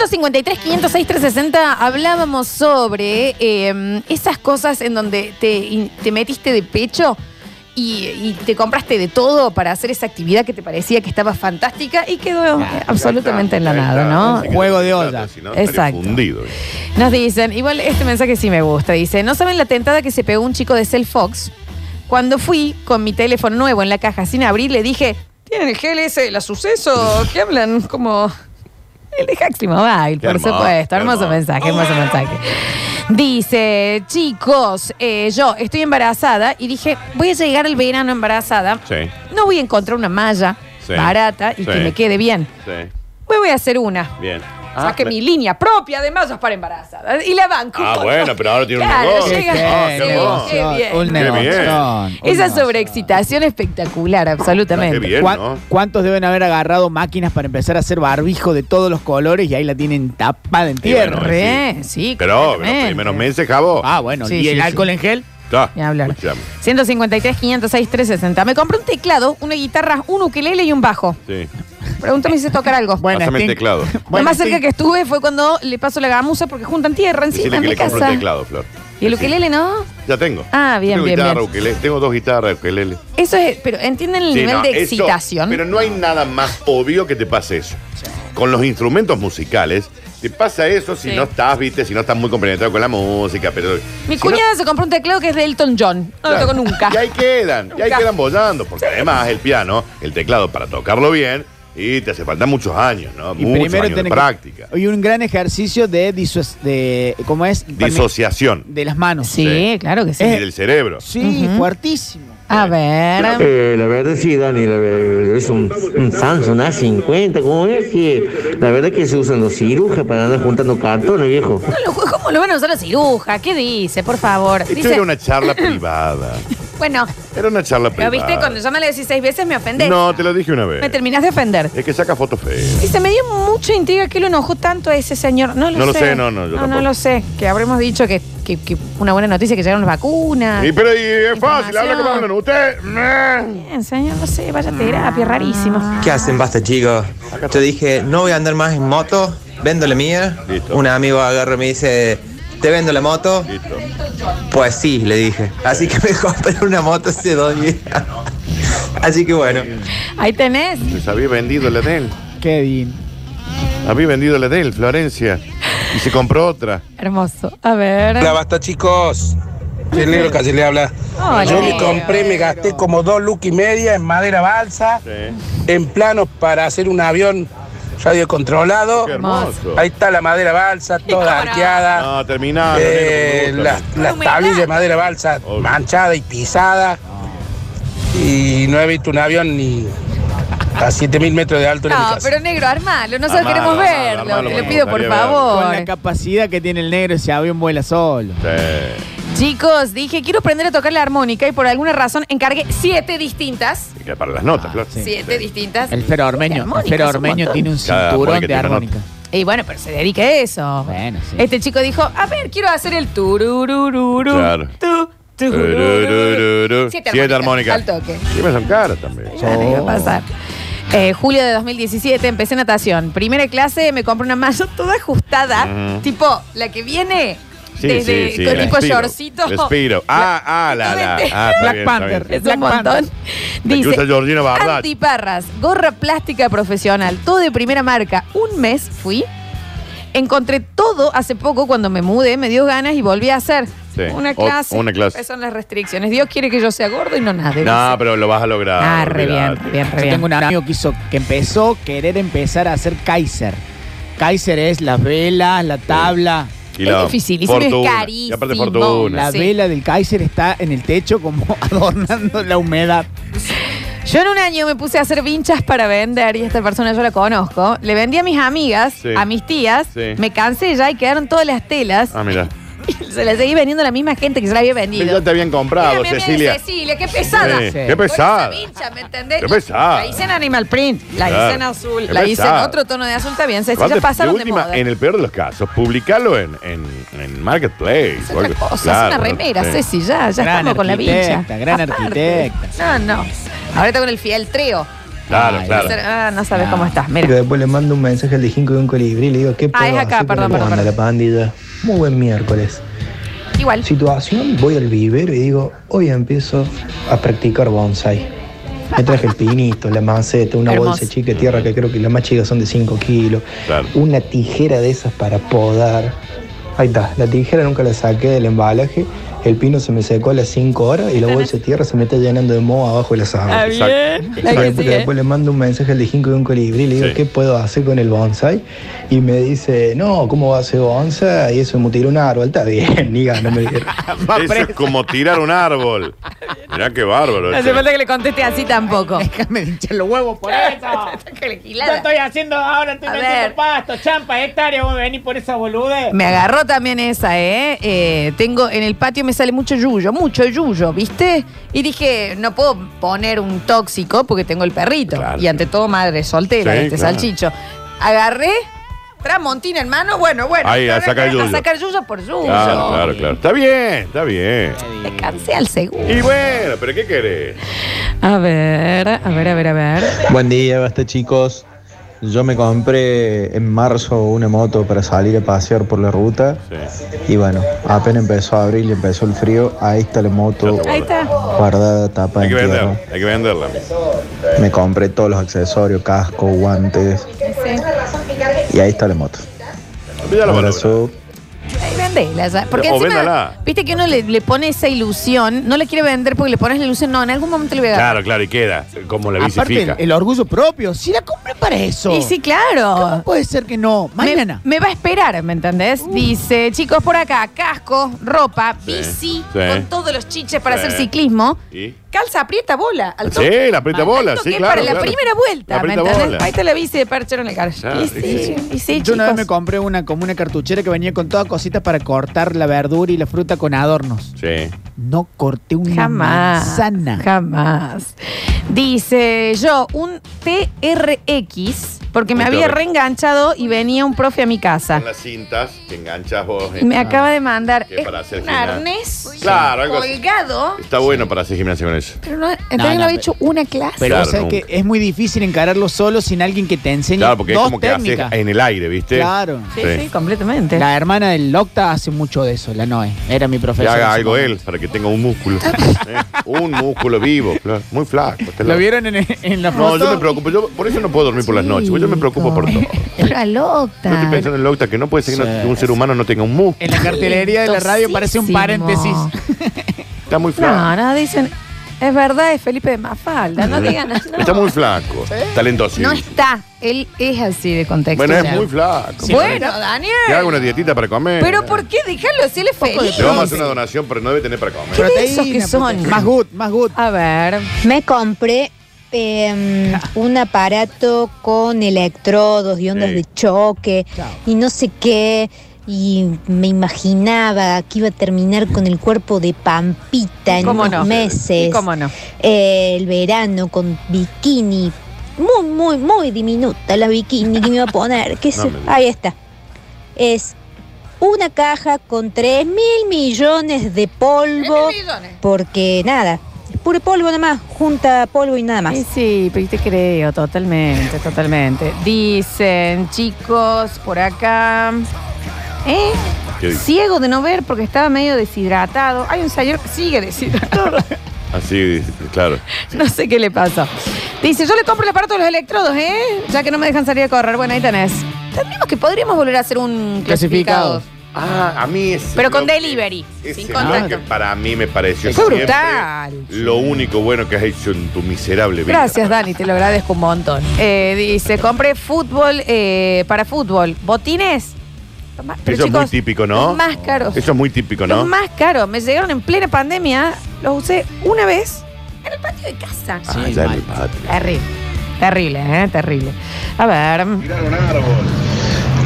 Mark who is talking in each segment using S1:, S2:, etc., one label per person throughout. S1: 153, 506, 360, hablábamos sobre eh, esas cosas en donde te, in- te metiste de pecho y, y te compraste de todo para hacer esa actividad que te parecía que estaba fantástica y quedó
S2: Ah,
S1: eh, absolutamente en la nada, ¿no?
S3: Juego de olla.
S1: Exacto.
S2: Exacto. Fundido.
S1: Nos dicen, igual este mensaje sí me gusta, dice, no saben la tentada que se pegó un chico de Cell Fox. Cuando fui con mi teléfono nuevo en la caja sin abrir, le dije, ¿tienen el GLS de la suceso? ¿Qué hablan? Como el de Huxley Mobile,
S2: Qué
S1: por
S2: hermoso,
S1: supuesto. Hermoso,
S2: qué hermoso.
S1: mensaje, hermoso mensaje. Dice, chicos, eh, yo estoy embarazada y dije, voy a llegar al verano embarazada.
S2: Sí,
S1: No voy a encontrar una malla
S2: Sí.
S1: barata y
S2: Sí.
S1: que me quede bien.
S2: sí.
S1: Me voy a hacer una.
S2: Bien.
S1: Saqué
S2: me-
S1: mi línea propia de mallas para embarazadas. Y la banco.
S2: Ah, bueno, pero ahora tiene un
S1: Claro,
S2: negocio.
S1: llega-
S2: Ah, qué
S1: sí,
S2: hermoso.
S1: qué bien.
S3: Un
S2: Qué bien.
S3: negoción, un
S1: Esa
S3: negoción.
S1: sobreexcitación espectacular, absolutamente.
S2: Ah, qué bien.
S3: ¿Cuán-
S2: ¿no?
S3: ¿Cuántos deben haber agarrado máquinas para empezar a hacer barbijo de todos los colores y ahí la tienen tapada en tierra?
S2: bueno,
S1: Re, sí,
S2: Pero los
S1: completamente.
S2: primeros meses, Jabo.
S3: ah, bueno,
S1: Sí,
S3: ¿y
S1: sí,
S3: el
S1: sí.
S3: alcohol en gel?
S2: Está.
S1: Ni hablar.
S2: Escuchame.
S1: 153, 506, 360. Me compré un teclado, una guitarra, un ukelele y un bajo.
S2: Sí.
S1: Pregúntame si sé tocar algo.
S3: Bueno,
S2: Pásame el
S3: Sting.
S2: teclado.
S1: Lo más
S3: Sting.
S1: cerca que estuve fue cuando le paso la gamuza porque juntan tierra encima
S2: Decirle
S1: en
S2: que
S1: mi
S2: le compro un
S1: casa.
S2: teclado, Flor.
S1: Y el
S2: Decile.
S1: ukelele, ¿no?
S2: Ya tengo.
S1: Ah, bien,
S2: tengo
S1: bien,
S2: guitarra,
S1: bien.
S2: ukelele. Tengo dos guitarras, ukelele.
S1: Eso es, pero entienden el
S2: Sí,
S1: nivel
S2: no,
S1: de
S2: eso-
S1: excitación.
S2: pero no hay nada más obvio que te pase eso. Con los instrumentos musicales, te pasa eso si
S1: Sí.
S2: no estás, viste, si no estás muy compenetrado con la música, pero.
S1: Mi
S2: si
S1: cuñada se compró un teclado que es de Elton John. No
S2: no-
S1: lo toco nunca.
S2: Y ahí quedan, y ahí
S1: Nunca.
S2: quedan bollando, porque además el piano, el teclado, para tocarlo bien, y te hace falta muchos años, ¿no?
S3: Y
S2: muchos años de
S3: tienen que-
S2: práctica.
S3: Y un gran ejercicio de, diso- de ¿cómo es?
S2: Disociación.
S3: de las manos.
S1: Sí,
S2: Sí.
S1: claro que sí.
S3: Eh.
S2: Y del cerebro.
S3: Sí, fuertísimo.
S1: A ver. em.
S4: Eh, la verdad sí, Dani, la ver- es un, un Samsung A50, ¿cómo es que? La verdad que se usan los cirujas para andar juntando cartones, viejo.
S1: No lo ju- ¿Cómo lo van a usar la ciruja? ¿Qué dice? Por favor.
S2: Esto
S1: Dice,
S2: era una charla privada.
S1: bueno,
S2: Era una charla
S1: pero
S2: privada.
S1: viste, cuando yo me lo decís seis veces me ofendés.
S2: No, eh. te lo dije una vez.
S1: Me terminás de ofender.
S2: Es que saca fotos feas.
S1: Dice, me dio mucha intriga que lo enojó tanto a ese señor. No lo
S2: No lo
S1: sé.
S2: sé, no, no, yo
S1: no
S2: tampoco.
S1: lo sé. Que habremos dicho que, que- que una buena noticia que llegaron las vacunas.
S2: Y pero y es fácil, habla como
S1: Información.
S2: hablan usted. Meh.
S1: Bien, señor, no sé, vaya terapia, rarísimo.
S2: Ah.
S5: ¿Qué hacen, basta chicos? Yo dije, no voy a andar más en moto, vendo la mía.
S2: Listo.
S5: Un amigo agarra y me dice, ¿te vendo la moto?
S2: Listo.
S5: Pues sí, le dije. Así que me compré una moto hace dos días. Así que bueno.
S1: Ahí tenés.
S2: Les había vendido la de él.
S3: Qué bien.
S2: Había vendido la de él, Florencia. Y se compró otra.
S1: Hermoso. A ver.
S6: Hola, basta chicos. El negro casi le habla.
S1: Hola,
S6: Yo me
S1: negro.
S6: compré, me gasté como dos look y media en madera balsa, en planos para hacer un avión radio controlado.
S2: Qué hermoso.
S6: Ahí está la madera balsa, toda
S1: cómo no.
S6: arqueada.
S2: No, terminado.
S6: Eh, las las
S1: Humedad.
S6: tablillas de madera balsa
S2: Obvio.
S6: manchada y pisada. Y no he visto un avión ni a 7000 metros de alto en mi
S1: No,
S6: casa.
S1: pero negro, armalo. Nosotros
S2: Armalo,
S1: queremos
S2: armalo,
S1: verlo.
S2: armalo,
S1: Te lo
S2: porque
S1: pido
S2: me
S1: por
S2: gustaría verlo.
S1: favor.
S3: Con la capacidad que tiene el negro, ese avión vuela solo.
S1: Chicos, dije, quiero aprender a tocar la armónica y por alguna razón encargué siete distintas.
S2: Para las notas, Flor.
S3: sí.
S1: Siete distintas.
S3: El Fero
S1: La
S3: Ormeño, el
S1: armónica
S3: Fero
S1: es un
S3: Ormeño
S1: montón.
S3: tiene un
S2: Cada
S3: cinturón
S2: armónica
S3: de
S2: tiene una
S3: armónica.
S1: Y bueno, pero se dedica a eso.
S3: Bueno, sí.
S1: Este chico dijo, a ver, quiero hacer el tururururu.
S2: Claro.
S1: Tu, tururururu.
S2: Tururururu.
S1: Siete,
S2: Siete
S1: armónicas.
S2: armónicas.
S1: Al toque.
S2: Sí, pero son caras también.
S1: Ya
S3: Oh.
S1: no iba a pasar. Eh, julio de 2017 empecé natación. Primera clase me compré una malla toda ajustada,
S2: Ujú.
S1: tipo la que viene
S2: Sí,
S1: desde
S2: sí, sí.
S1: con
S2: el
S1: tipo
S2: Spiro.
S1: shortcito.
S2: El Spiro. Ah, ah, la, la. Ah, está
S3: Black
S2: bien, está
S3: Panther.
S2: bien.
S1: Es un montón.
S2: La que usa Georgina Bardach.
S1: antiparras, gorra plástica profesional, todo de primera marca. Un mes fui, encontré todo hace poco cuando me mudé, me dio ganas y volví a hacer
S2: Sí,
S1: una
S2: o-
S1: clase.
S2: una clase.
S1: Esas son las restricciones. Dios quiere que yo sea gordo y no nade.
S2: No, pero lo vas a lograr.
S1: Ah, re bien,
S2: olvidate.
S1: re bien, re
S3: Yo
S1: bien.
S3: tengo un amigo que hizo, que empezó a querer empezar a hacer Kaiser. Kaiser es las velas, la tabla.
S2: Y
S1: Es
S2: la
S1: dificilísimo, es
S2: fortuna. Y
S1: carísimo.
S2: aparte fortuna.
S3: La
S1: Sí.
S3: vela del Kaiser está en el techo como adornando la humedad.
S1: Yo en un año me puse a hacer vinchas para vender y esta persona yo la conozco. Le vendí a mis amigas,
S2: Sí.
S1: a mis tías,
S2: Sí.
S1: me cansé ya y quedaron todas las telas.
S2: Ah, mira.
S1: Y se las seguí vendiendo a la misma gente que se la había vendido.
S2: Ya te habían comprado,
S1: Mira, mi amiga
S2: Cecilia.
S1: Cecilia, qué pesada.
S2: Sí,
S1: Con
S2: Qué pesada.
S1: esa vincha, ¿me entendés?
S2: Qué pesada.
S1: La hice en Animal Print, la
S2: Claro.
S1: hice en azul,
S2: Qué
S1: la hice en
S2: pesada.
S1: otro tono de azul, está bien, Cecilia,
S2: Aparte,
S1: ya pasaron de,
S2: última,
S1: moda.
S2: en el peor de los casos, publicalo en, en, en Marketplace.
S1: Es
S2: o
S1: otra
S2: algo.
S1: cosa,
S2: Claro,
S1: es una remera,
S2: sí.
S1: Ceci, ya, ya
S3: Gran
S1: estamos con la vincha.
S3: arquitecta, gran
S1: Aparte,
S3: arquitecta.
S1: No, no. Ahora está con el fieltreo.
S2: Claro,
S3: Ay,
S2: claro.
S1: Ah, no sabes
S3: Ah.
S1: cómo estás.
S7: Que
S1: Mira.
S7: después le mando un mensaje al de Jinco de un colibrí y le digo, ¿qué
S1: Ah, es
S7: pedo?
S1: acá,
S7: Así que
S1: perdón,
S7: le
S1: perdón,
S7: mando
S1: perdón.
S7: a la pandilla. Muy buen miércoles.
S1: Igual.
S7: Situación, voy al vivero y digo, hoy empiezo a practicar bonsai. Me traje el pinito, la maceta, una
S1: Hermoso.
S7: bolsa chica de tierra que creo que las más chicas son de 5 kilos,
S2: Claro.
S7: una tijera de esas para podar. Ahí está, la tijera nunca la saqué del embalaje, el pino se me secó a las 5 horas y la bolsa de tierra se me está llenando de moho abajo de la sábana.
S1: Ah, bien.
S2: Exacto,
S1: La que
S7: Después,
S1: sigue.
S7: después le mando un mensaje al de Jinco de un colibrí y le digo,
S2: Sí.
S7: ¿qué puedo hacer con el bonsai? Y me dice, no, ¿cómo va a ser bonsai? Y eso, mutir un árbol, está bien, ni no me dijeron.
S2: Eso es como tirar un árbol. Mirá qué bárbaro.
S1: No
S2: este.
S1: hace falta que le conteste así tampoco.
S3: Déjame hinchar los huevos por eso.
S1: Que le
S3: Yo
S1: gilada.
S3: estoy haciendo, ahora estoy
S1: A ver.
S3: haciendo pasto, champa, hectárea, vos venís por esa boludez.
S1: Me agarró también esa, ¿eh? Eh, Tengo, en el patio me sale mucho yuyo, mucho yuyo, ¿viste? Y dije, no puedo poner un tóxico porque tengo el perrito.
S2: Claro.
S1: Y ante todo, madre soltera,
S2: Sí,
S1: este
S2: claro.
S1: salchicho. Agarré, tramontina en mano, bueno, bueno.
S2: Ahí, a
S1: pero
S2: sacar
S1: a
S2: yuyo.
S1: sacar yuyo por yuyo.
S2: Claro, claro, claro. Está bien, está bien.
S1: Descansé al seguro.
S2: Y bueno, pero ¿qué querés?
S1: A ver, a ver, a ver, a ver.
S8: Buen día, basta chicos. Yo me compré en marzo una moto para salir a pasear por la ruta
S2: Sí.
S8: y bueno, apenas empezó abril y empezó el frío, ahí está la moto
S1: Ahí está.
S8: guardada, tapa
S2: Hay
S8: en
S2: que venderla,
S8: tierra.
S2: hay que venderla.
S8: Me compré todos los accesorios, casco, guantes
S1: Sí.
S8: y ahí está la moto.
S2: Ya la valora.
S8: Abrazo.
S1: Ahí vendela ya. Porque
S2: O
S1: encima,
S2: véndala.
S1: viste que uno le, le pone esa ilusión, no la quiere vender porque le pones la ilusión, no, en algún momento le voy a agarrar.
S2: Claro, claro, y queda. Como la bici
S3: Aparte, el,
S2: fija.
S3: el orgullo propio. Si la compré para eso.
S1: Y sí,
S3: ¿Cómo
S1: claro.
S3: puede ser que no?
S1: Me,
S3: Mañana. Uh.
S1: me va a esperar, ¿me entendés? Dice, chicos, por acá, casco, ropa,
S2: Sí,
S1: bici,
S2: sí.
S1: con todos los chiches para
S2: Sí.
S1: hacer ciclismo.
S2: ¿Y?
S1: Calza aprieta bola. al
S2: Sí,
S1: toque.
S2: la aprieta
S1: Al
S2: bola,
S1: toque,
S2: sí, claro,
S1: Para la
S2: claro.
S1: primera vuelta,
S2: La
S1: ¿me
S2: aprieta
S1: entendés?
S2: bola.
S1: Ahí está la bici de perchero en el garage.
S2: Claro,
S1: y
S2: sí,
S1: sí, y sí,
S3: Yo una vez
S1: chicos.
S3: me compré una como una cartuchera que venía con todas cositas para cortar la verdura y la fruta con adornos.
S2: Sí.
S3: No corté una
S1: Jamás.
S3: manzana.
S1: Jamás. Dice yo, un TRX, porque me
S2: Un
S1: había
S2: TRX.
S1: reenganchado y venía un profe a mi casa.
S2: Son las cintas que enganchas vos. este,
S1: Y me acaba de mandar
S2: Que
S1: es
S2: para hacer
S1: un
S2: gimnasia.
S1: arnés
S2: Claro, algo así.
S1: colgado.
S2: Está bueno para hacer gimnasia con eso.
S1: Pero no, entonces
S3: No,
S1: no,
S3: no,
S1: había
S3: pero-
S1: hecho una clase.
S3: Pero
S2: Claro,
S3: vos sabés
S2: nunca.
S3: que es muy difícil encararlo solo sin alguien que te enseñe
S2: Claro, porque es
S3: dos
S2: como que haces este-
S3: técnicas.
S2: en el aire, ¿viste?
S3: Claro.
S1: sí, sí,
S2: sí.
S1: completamente.
S3: La hermana del Locta hace mucho de eso, la Noé. Era mi
S2: Que
S3: profesora. en
S2: haga
S3: su
S2: algo
S3: momento.
S2: él para que tenga un músculo. ¿eh? Un músculo vivo, claro. Muy flaco. te
S3: ¿Lo vieron en, en la
S2: No,
S3: foto?
S2: yo me preocupo. Yo, por eso no puedo dormir por las noches. porque Yo me preocupo por todo.
S1: Era
S2: Yo estoy
S1: loca.
S2: pensando en el octa que no puede ser que, no-
S3: Sí.
S2: que un ser humano no tenga un músculo.
S3: En la cartelería de la radio parece un paréntesis.
S2: Está muy flaco.
S1: No, no, dicen. Es verdad, es Felipe de Mafalda. No digan nada.
S2: Está muy flaco. Talentoso.
S1: No está. Él es así de contexto.
S2: Bueno, es muy flaco.
S1: Bueno, Daniel.
S2: Que haga una dietita para comer.
S1: Pero ¿por qué dejarlo si él es feliz?
S2: Le vamos a hacer una donación, pero no debe tener para comer.
S1: de esos que
S3: proteína.
S1: son?
S3: Más good, más good.
S1: A ver.
S9: Me compré em, un aparato con electrodos y ondas
S2: Sí.
S9: de choque
S3: Chao.
S9: y no sé qué. Y me imaginaba que iba a terminar con el cuerpo de Pampita en
S1: ¿Cómo
S9: unos
S1: no?
S9: meses.
S1: ¿Y cómo no?
S9: Eh, el verano con bikini. Muy, muy, muy diminuta la bikini que me iba a poner. ¿Qué
S2: No
S9: sé?
S2: me digas.
S9: Ahí está. Es una caja con 3 mil millones de polvo. Porque nada, es puro polvo nada más, junta polvo y nada más.
S1: Sí, sí, pero te creo, totalmente, totalmente. Dicen, chicos, por acá. ¿Eh?
S2: ¿Qué dice?
S1: Ciego de no ver porque estaba medio deshidratado. Hay un señor que sigue deshidratado.
S2: Así, Ah, claro.
S1: No sé qué le pasó. Dice, yo le compro el aparato de los electrodos, ¿eh? Ya que no me dejan salir a correr. Bueno, ahí tenés. Tendríamos que podríamos volver a hacer un clasificado.
S3: Clasificado.
S2: Ah, a mí es.
S1: Pero con delivery, sin contacto.
S2: Que para mí me pareció
S1: Fue
S2: siempre
S1: brutal.
S2: Lo único bueno que has hecho en tu miserable vida.
S1: Gracias, Dani, te lo agradezco un montón. Eh, dice, compré fútbol eh, para fútbol. ¿Botines? Los más- pero
S2: Eso es muy
S1: chicos,
S2: típico, ¿no?
S1: Los más caros.
S2: Eso es muy típico, ¿no?
S1: Los más caros. Me llegaron en plena pandemia. Los usé una vez en el patio de casa.
S2: Ah,
S3: Sí,
S2: ya en
S3: mal.
S2: el patio.
S1: Terrible. Terrible, ¿eh? Terrible. A ver.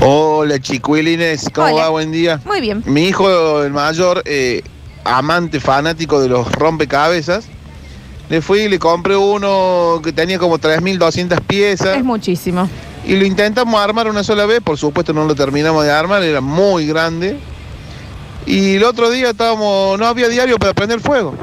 S10: Hola chicuelines, ¿cómo
S1: Hola.
S10: va? Buen día.
S1: Muy bien.
S10: Mi hijo, el mayor, eh, amante fanático de los rompecabezas, le fui y le compré uno que tenía como 3.200 piezas
S1: Es muchísimo.
S10: y lo intentamos armar una sola vez, por supuesto no lo terminamos de armar, era muy grande. Y el otro día estábamos, no había diario para prender fuego.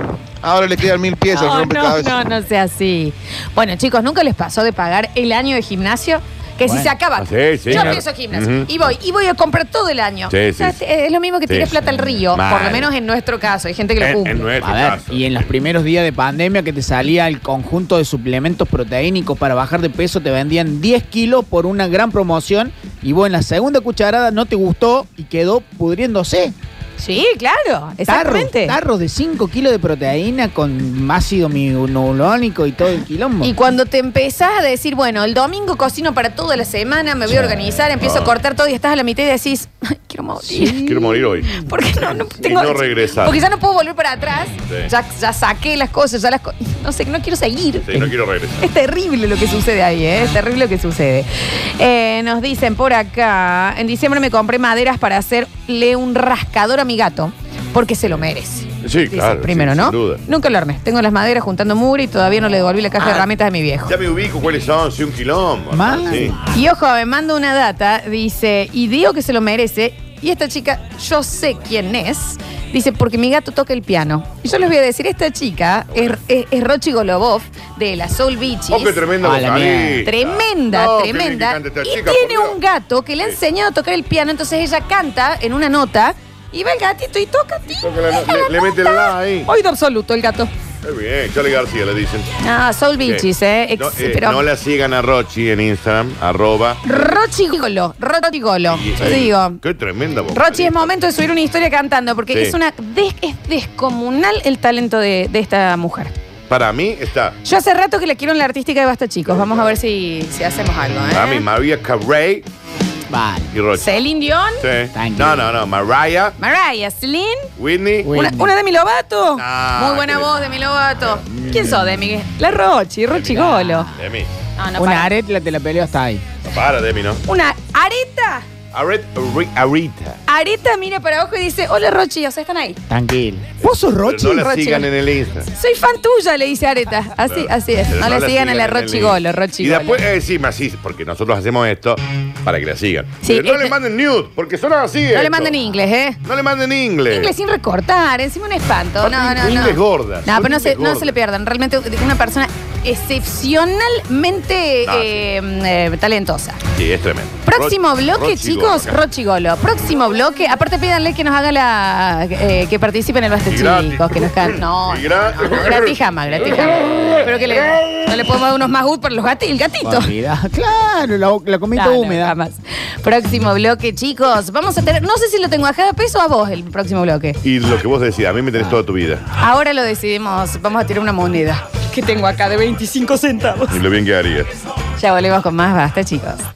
S10: Ahora le quedan mil piezas al
S1: Oh, No, no,
S10: rompecabezas.
S1: no, no sea así. Bueno, chicos, ¿nunca les pasó de pagar el año de gimnasio? Que si
S2: Bueno.
S1: se acaba.
S2: Ah, sí, sí,
S1: yo
S2: claro.
S1: pienso gimnasio.
S2: Ujú.
S1: Y voy, y voy a comprar todo el año.
S2: Sí,
S1: O sea,
S2: sí, sí.
S1: Es lo mismo que
S2: Sí,
S1: tires
S2: sí.
S1: plata al río, por lo
S2: Mal.
S1: menos en nuestro caso. Hay gente que lo
S2: En-
S1: cumple.
S2: en nuestro
S3: A ver,
S2: caso.
S3: y en los primeros días de pandemia que te salía el conjunto de suplementos proteínicos para bajar de peso, te vendían 10 kilos por una gran promoción y vos en la segunda cucharada no te gustó y quedó pudriéndose.
S1: Sí, claro,
S3: Tarros,
S1: exactamente.
S3: tarros de 5 kilos de proteína con ácido miulónico y todo el quilombo.
S1: Y cuando te empezás a decir, bueno, el domingo cocino para toda la semana, me voy a organizar,
S2: Ah.
S1: empiezo a cortar todo y estás a la mitad y decís, "Ay, quiero morir.
S2: Quiero morir hoy.
S1: Porque no, no tengo.
S2: no regresar.
S1: Porque ya no puedo volver para atrás.
S2: Sí.
S1: Ya, ya saqué las cosas, ya las. co- No sé, no quiero seguir.
S2: Sí, no quiero regresar.
S1: Es terrible lo que sucede ahí, ¿eh? es terrible lo que sucede. Eh, nos dicen por acá, en diciembre me compré maderas para hacerle un rascador a mi gato, porque se lo merece.
S2: Sí,
S1: Dice,
S2: claro.
S1: primero,
S2: sí,
S1: ¿no?
S2: Sin duda.
S1: Nunca lo armé. Tengo las maderas juntando muro y todavía no le devolví la caja de
S2: Ah.
S1: herramientas de mi viejo.
S2: Ya me ubico cuáles son, sí, un quilombo. ¿no?
S3: Mal.
S2: Sí.
S1: Y ojo, me manda una data, dice, y digo que se lo merece, y esta chica, yo sé quién es, dice, porque mi gato toca el piano. Y yo les voy a decir, esta chica es, es, es Rochi Golobov, de la Soul Beaches.
S2: Oh, qué tremenda
S3: A la
S2: vocalista.
S1: Tremenda,
S2: No, qué bien que
S1: tremenda.
S2: canta esta
S1: y
S2: chica,
S1: tiene
S2: por Dios.
S1: un gato que le ha
S2: Sí.
S1: enseñado a tocar el piano, entonces ella canta en una nota y va el gatito y toca. ti,
S2: toca la
S1: ti,
S2: nota, le- le mete el la ahí.
S1: Oído absoluto el gato.
S2: Qué bien, Charlie García le dicen.
S1: Ah, Soul Beaches,
S2: Sí.
S1: eh, ex-
S2: no, eh,
S1: pero
S2: no la sigan a Rochi en Instagram, arroba.
S1: Rochigolo, Rochigolo.
S2: Y,
S1: Yo
S2: eh,
S1: digo,
S2: Qué tremenda vocalista.
S1: Rochi, es momento de subir una historia cantando, porque
S2: Sí.
S1: es una des- es descomunal el talento de, de esta mujer.
S2: Para mí está.
S1: Yo hace rato que la quiero en la artística de Basta, chicos. Vamos a ver si, si hacemos algo,
S2: Para mí,
S1: ¿eh?
S2: María Carey
S3: Vale.
S2: y Rochi.
S1: Celine Dion,
S2: Sí.
S3: Thank
S2: No,
S3: you.
S2: no, no. Mariah,
S1: Mariah, Celine,
S2: Whitney.
S3: Whitney.
S1: una, una de mi Lovato.
S2: Ah,
S1: Muy buena
S2: qué
S1: voz de mi Lovato. ¿Quién sos, Demi? La Rochi, Rochi Golo.
S2: Demi.
S1: No, no,
S3: Una
S1: para.
S3: arete la te la peleo hasta ahí.
S2: No para, Demi, ¿no?
S1: Una areta.
S2: Aret, Ari- Arita.
S1: Areta mira para abajo y dice, hola Rochi, o sea, están ahí.
S3: Tranquilo. ¿Vos sos
S2: Pero
S3: Rochi?
S2: no la
S1: Rochi.
S2: sigan en el Instagram.
S1: Soy fan tuya, le dice Areta. Así,
S2: Claro.
S1: así es.
S2: Pero
S1: No, le
S2: la
S1: sigan a la
S2: en el
S1: Rochi
S2: Instagram.
S1: Golo, Rochi
S2: Y
S1: Golo.
S2: después eh, sí, más sí, porque nosotros hacemos esto para que la sigan.
S1: Sí,
S2: Pero no
S1: este-
S2: le manden nude, porque son así.
S1: no le manden inglés, ¿eh?
S2: No le manden inglés.
S1: Inglés sin recortar, encima un espanto.
S2: Aparte,
S1: No, no, no.
S2: inglés gorda,
S1: No,
S2: son
S1: pero no se,
S2: inglés
S1: no
S2: gorda.
S1: se le pierdan. Realmente una persona excepcionalmente
S2: Ah, sí.
S1: eh, eh, talentosa.
S2: Sí, es tremendo.
S1: Próximo
S2: Ro-
S1: bloque,
S2: Rochi
S1: chicos,
S2: Gorka.
S1: Rochigolo. Próximo bloque. Aparte, pídanle que nos haga la. eh, que participe en el Basta
S2: Y gratis.
S1: Chicos, que nos can... No,
S2: Y
S1: no,
S2: gratis.
S1: no, gratis jamás, gratis jamás. Pero que le, no le podemos dar unos más good para los gatitos. El gatito.
S3: Olvidá. Claro, la, la comita
S1: No, no,
S3: húmeda.
S1: jamás. Próximo bloque, chicos. Vamos a tener. No sé si lo tengo a cada peso o a vos el próximo bloque.
S2: Y lo que vos decís, a mí me tenés toda tu vida.
S1: Ahora lo decidimos. Vamos a tirar una moneda que tengo acá de 25 centavos.
S2: Y lo bien que harías.
S1: Ya volvemos con más basta, chicos.